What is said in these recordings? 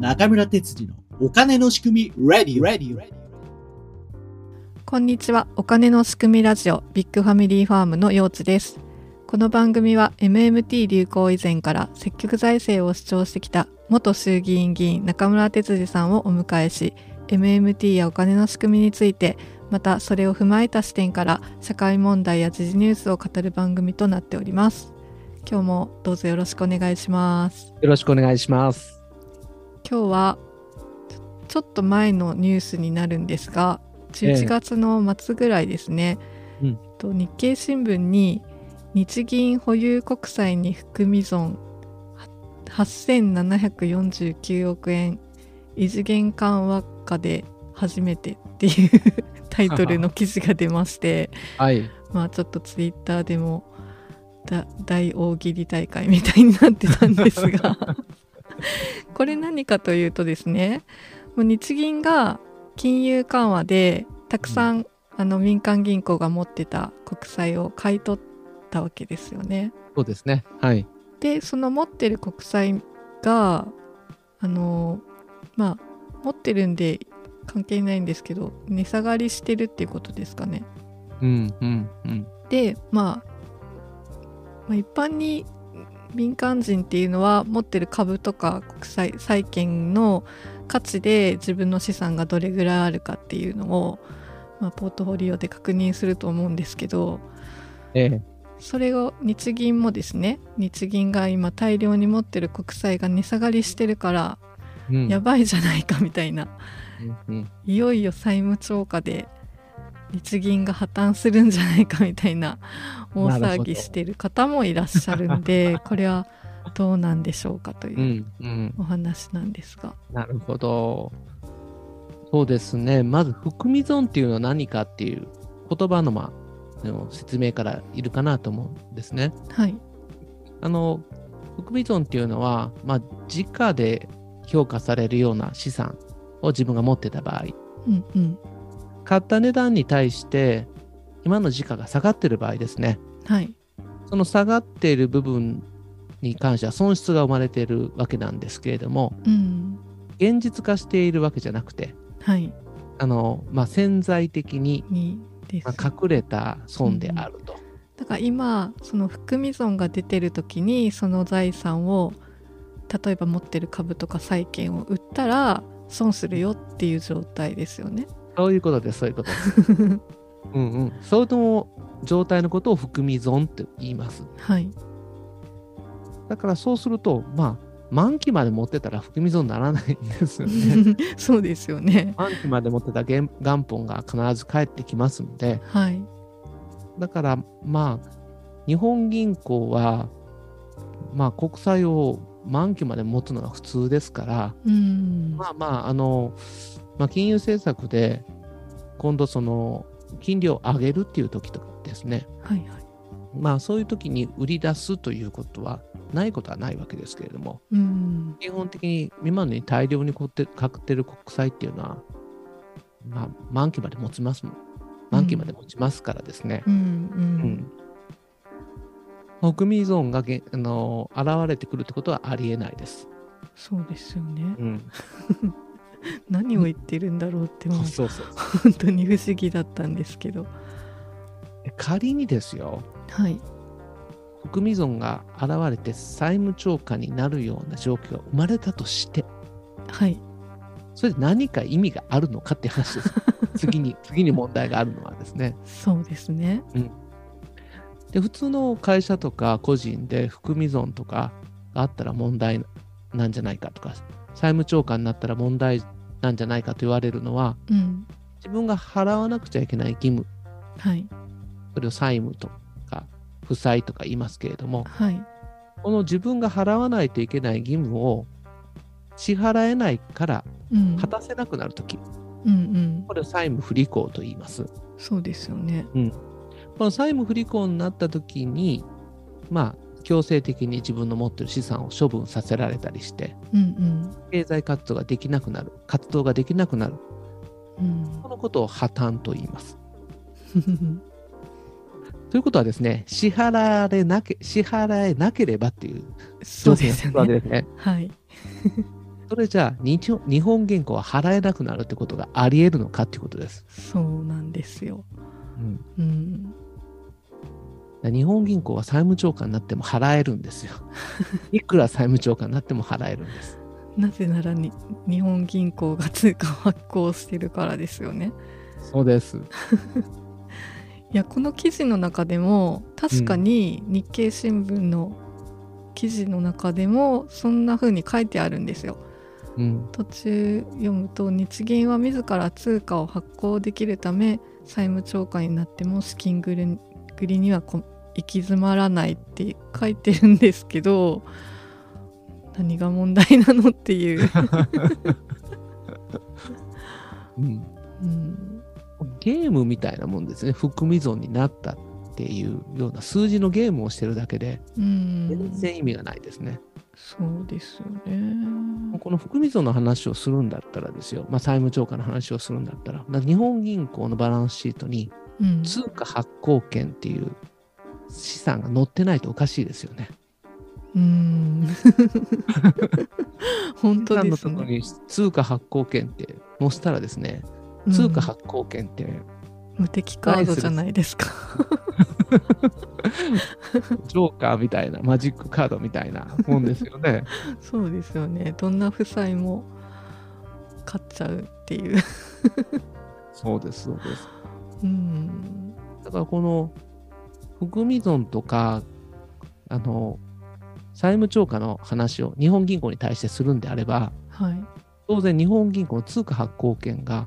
中村哲次のお金の仕組み Radio, Radio こんにちは。お金の仕組みラジオビッグファミリーファームのようちです。この番組は MMT 流行以前から積極財政を主張してきた元衆議院議員中村哲司さんをお迎えし、MMT やお金の仕組みについて、またそれを踏まえた視点から社会問題や時事ニュースを語る番組となっております。今日もどうぞよろしくお願いします。よろしくお願いします。今日はちょちょっと前のニュースになるんですがええ11月の末ぐらいですね、うんえっと日経新聞に日銀保有国債に含み損は8749億円異次元緩和下で初めてっていうタイトルの記事が出ましてはい。まあちょっとツイッターでもだ大大喜利大会みたいになってたんですがこれ何かというとですねもう日銀が金融緩和でたくさん、あの民間銀行が持ってた国債を買い取ったわけですよね。そうですね。はい。でその持ってる国債があのまあ持ってるんで関係ないんですけど値下がりしてるっていうことですかね。うんうんうん。で、まあ、まあ一般に民間人っていうのは持ってる株とか国債債券の価値で自分の資産がどれぐらいあるかっていうのを、まあ、ポートフォリオで確認すると思うんですけどええ。それを日銀もですね日銀が今大量に持ってる国債が値下がりしてるからうんやばいじゃないかみたいなうんうんいよいよ債務超過で日銀が破綻するんじゃないかみた いな大騒ぎしてる方もいらっしゃるんでこれはどうなんでしょうかとういうんうん。お話なんですが、なるほど。そうですね。まず含み損っていうのは何かっていう言葉のまああの説明からいるかなと思うんですね。はいあの含み損っていうのはまあ時価で評価されるような資産を自分が持ってた場合、うんうん買った値段に対して今の時価が下がってる場合ですね。はいその下がっている部分に関しては損失が生まれているわけなんですけれども、うん現実化しているわけじゃなくて、はいあのまあ、潜在的ににです、まあ隠れた損であると。だから今その含み損が出てる時にその財産を例えば持ってる株とか債券を売ったら損するよっていう状態ですよね。そういうことです、そういうことです。うんうん。そういう状態のことを含み損って言います。はいだからそうすると、まあ、満期まで持ってたら含み損にならないんですよね。 そうですよね。満期まで持ってた元元本が必ず返ってきますので、はい。だからまあ日本銀行はまあ国債を満期まで持つのが普通ですからうん。まあまああの、まあ、金融政策で今度その金利を上げるっていう時とかですねはいはい。まあそういう時に売り出すということはないことはないわけですけれどもうん。基本的に今のように大量に買って買ってる国債っていうのは、まあ、満期まで持ちますもん満期まで持ちますからですね、うん。ううんん。国民依存がげあの現れてくるってことはありえないです。そうですよね。うん、何を言ってるんだろうって、もう そうそう本当に不思議だったんですけど。仮にですよ、はい。国民依存が現れて債務超過になるような状況が生まれたとして、はい。それで何か意味があるのかって話 です。次に、次に問題があるのはですね。そうですね。で、普通の会社とか個人で含み損とかがあったら問題なんじゃないかとか、債務超過になったら問題なんじゃないかと言われるのは、うん。自分が払わなくちゃいけない義務、はい。それを債務とか負債とか言いますけれども、はい。この自分が払わないといけない義務を支払えないからうん。果たせなくなるとき、うんうん。これを債務不履行と言います。そうですよね。この債務不履行になったときに、まあ、強制的に自分の持ってる資産を処分させられたりして、うん経済活動ができなくなる、活動ができなくなる、うん。このことを破綻と言います。うん。 ということはですね、支払われなけ、支払えなければっていうそうですよわけね。ですね。はい。とそれじゃあ日本日本銀行は払えなくなるってことがあり得るのかっていうことです。そうなんですよ。うんうん。日本銀行は債務超過になっても払えるん ですよ。いくら債務超過になっても払えるんです。なぜならに日本銀行が通貨を発行してるからですよね。そうです。いやこの記事の中でも確かに日経新聞の記事の中でもそんな風に書いてあるんですよ。うん。途中読むと日銀は自ら通貨を発行できるため債務超過になっても資金繰りにはこ行き詰まらないって書いてるんですけど何が問題なのって いう、うん、うん、ゲームみたいなもんですね。含み損になったっていうような数字のゲームをしてるだけで、うん全然意味がないですね。そうですよね。この含み損の話をするんだったらですよ。まあ、債務超過の話をするんだったら、だから日本銀行のバランスシートにうん、通貨発行権っていう資産が載ってないとおかしいですよね。うん 本当です資産のとこね。に通貨発行権って載せたらですね、うん通貨発行権って無敵カードじゃないですか。ジョーカーみたいな、マジックカードみたいなもんですよ ね。そうですよね。どんな負債も買っちゃうっていう。そうです、そうです。うん。だからこの含み損とか、あの、債務超過の話を日本銀行に対してするんであれば、はい。当然日本銀行の通貨発行権が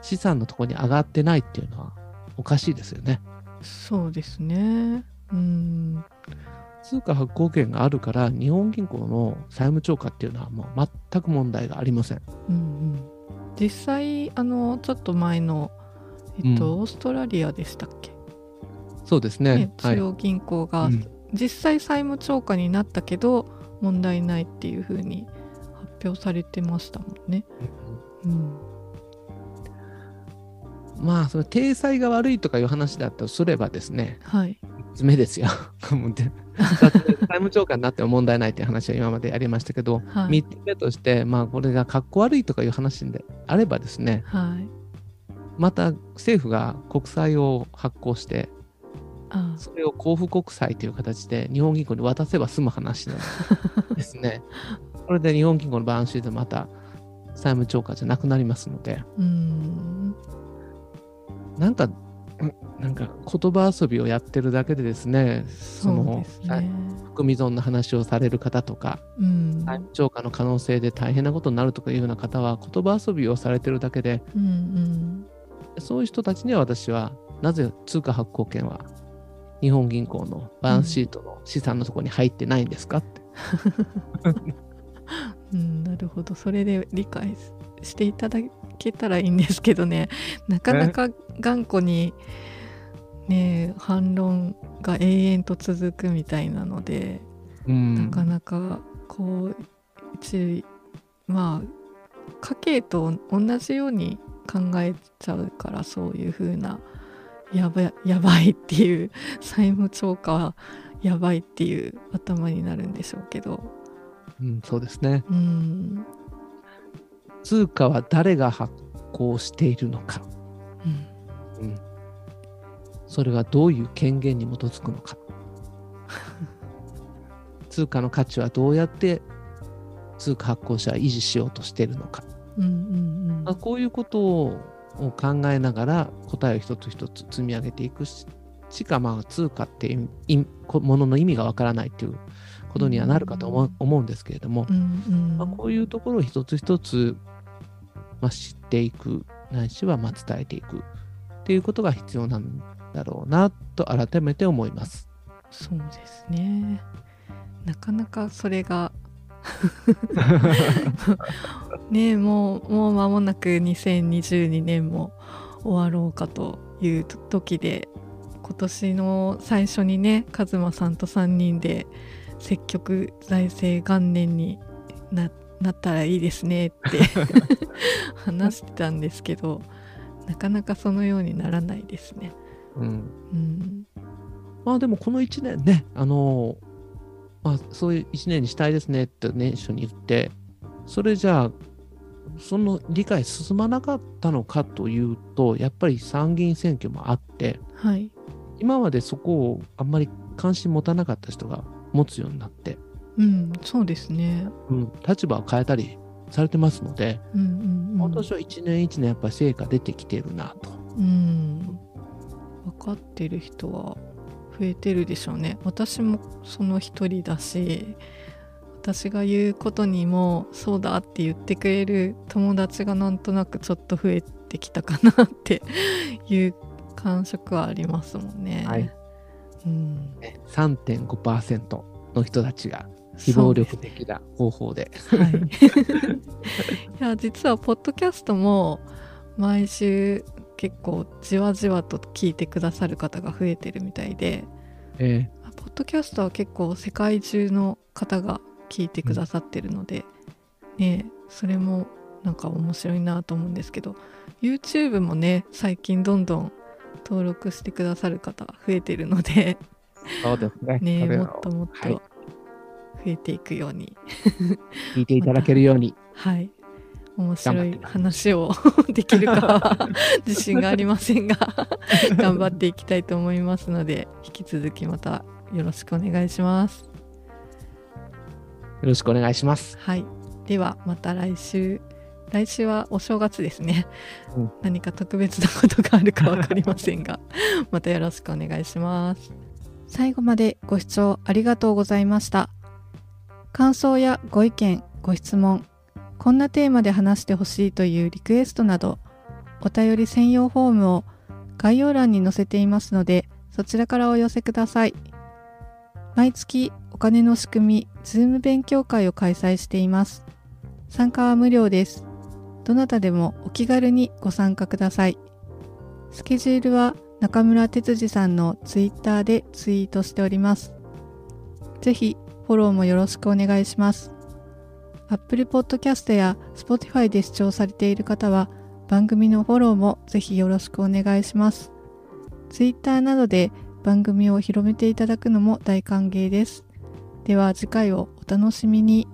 資産のところに上がってないっていうのはおかしいですよね。そうですね。うん。通貨発行権があるから日本銀行の債務超過っていうのはもう全く問題がありません。うんうん。実際、あの、ちょっと前の、えっと、うオーストラリアでしたっけ、そうですねね。は中い。央銀行が、うん実際債務超過になったけど問題ないっていう風に発表されてましたもんね。うん、まあ、その体裁が悪いとかいう話だったとすればですね、はい。 3つ目ですよ。 もうでだって債務超過になっても問題ないっていう話は今までやりましたけど、はい。 3つ目として、まあ、これがかっこ悪いとかいう話であればですね、はい。また政府が国債を発行して、あそれを交付国債という形で日本銀行に渡せば済む話なんです ね。これで日本銀行のバランスシートまた債務超過じゃなくなりますので、うーん。なんか、うんなんか言葉遊びをやってるだけでですね、そそうのですはいね。含み損の話をされる方とか、うん。債務超過の可能性で大変なことになるとかいうような方は、言葉遊びをされてるだけで、うんうん。そういう人たちには私は、なぜ通貨発行権は日本銀行のバランスシートの資産のところに入ってないんですかって。うん、なるほど。それで理解ししていただけたらいいんですけどね。なかなか頑固に、ねえ、反論が永遠と続くみたいなので。うんなかなかこう一まあ家計と同じように考えちゃうからそういう風なやばやばいっていう債務超過はやばいっていう頭になるんでしょうけどうん、そうですね。うん、通貨は誰が発行しているのか、うん、それはどういう権限に基づくのか。通貨の価値はどうやって通貨発行者は維持しようとしているのか。うんうんうんまあ、こういうことを考えながら答えを一つ一つ積み上げていくししかまあ通貨っていう意味こものの意味がわからないっていうことにはなるかと思ううん思うんですけれども、うんまあ、こういうところを一つ一つ、まあ、知っていくないしはまあ伝えていくっていうことが必要なんだろうなと改めて思います。そうですねなかなかそれが ねえもうもう間もなく2022年も終わろうかという時で今年の最初にね和馬さんと3人で積極財政元年にななったらいいですねって 話してたんですけどなかなかそのようにならないですね。うん、うん、まあでもこの1年ね、あのまあ、そういう1年にしたいですねって年初に言ってそれじゃあ、その理解進まなかったのかというと、やっぱり参議院選挙もあって、はい。今までそこをあんまり関心持たなかった人が持つようになって、うん、そうですね。うん、立場を変えたりされてますので、うんうんうん。今年は1年1年やっぱり成果出てきてるなと。うん。分かってる人は増えてるでしょうね。私もその一人だし、私が言うことにもそうだって言ってくれる友達がなんとなくちょっと増えてきたかなっていう感触はありますもんね。はい。うん。 3.5%の人たちが非暴力的な方法で。 はい、いや実はポッドキャストも毎週結構じわじわと聞いてくださる方が増えてるみたいでえまあポッドキャストは結構世界中の方が聞いてくださってるので、ねえそれもなんか面白いなと思うんですけど YouTube もね最近どんどん登録してくださる方増えてるのでーそうですね。ねそれえをもっともっとはい増えていくように聞いていただけるように。はい。面白張っていください話をできるかは自信がありませんが 頑張っていきたいと思いますので引き続きまたよろしくお願いします。よろしくお願いします。はい、ではまた来週来週はお正月ですね、うん何か特別なことがあるかわかりません がまたよろしくお願いします最後までご視聴ありがとうございました感想やご意見ご質問こんなテーマで話してほしいというリクエストなどお便り専用フォームを概要欄に載せていますのでそちらからお寄せください毎月お金の仕組み Zoom 勉強会を開催しています参加は無料ですどなたでもお気軽にご参加くださいスケジュールは中村哲司さんのツイッターでツイートしております。ぜひフォローもよろしくお願いします。Apple Podcast や Spotify で視聴されている方は番組のフォローもぜひよろしくお願いします。ツイッターなどで番組を広めていただくのも大歓迎です。では次回をお楽しみに。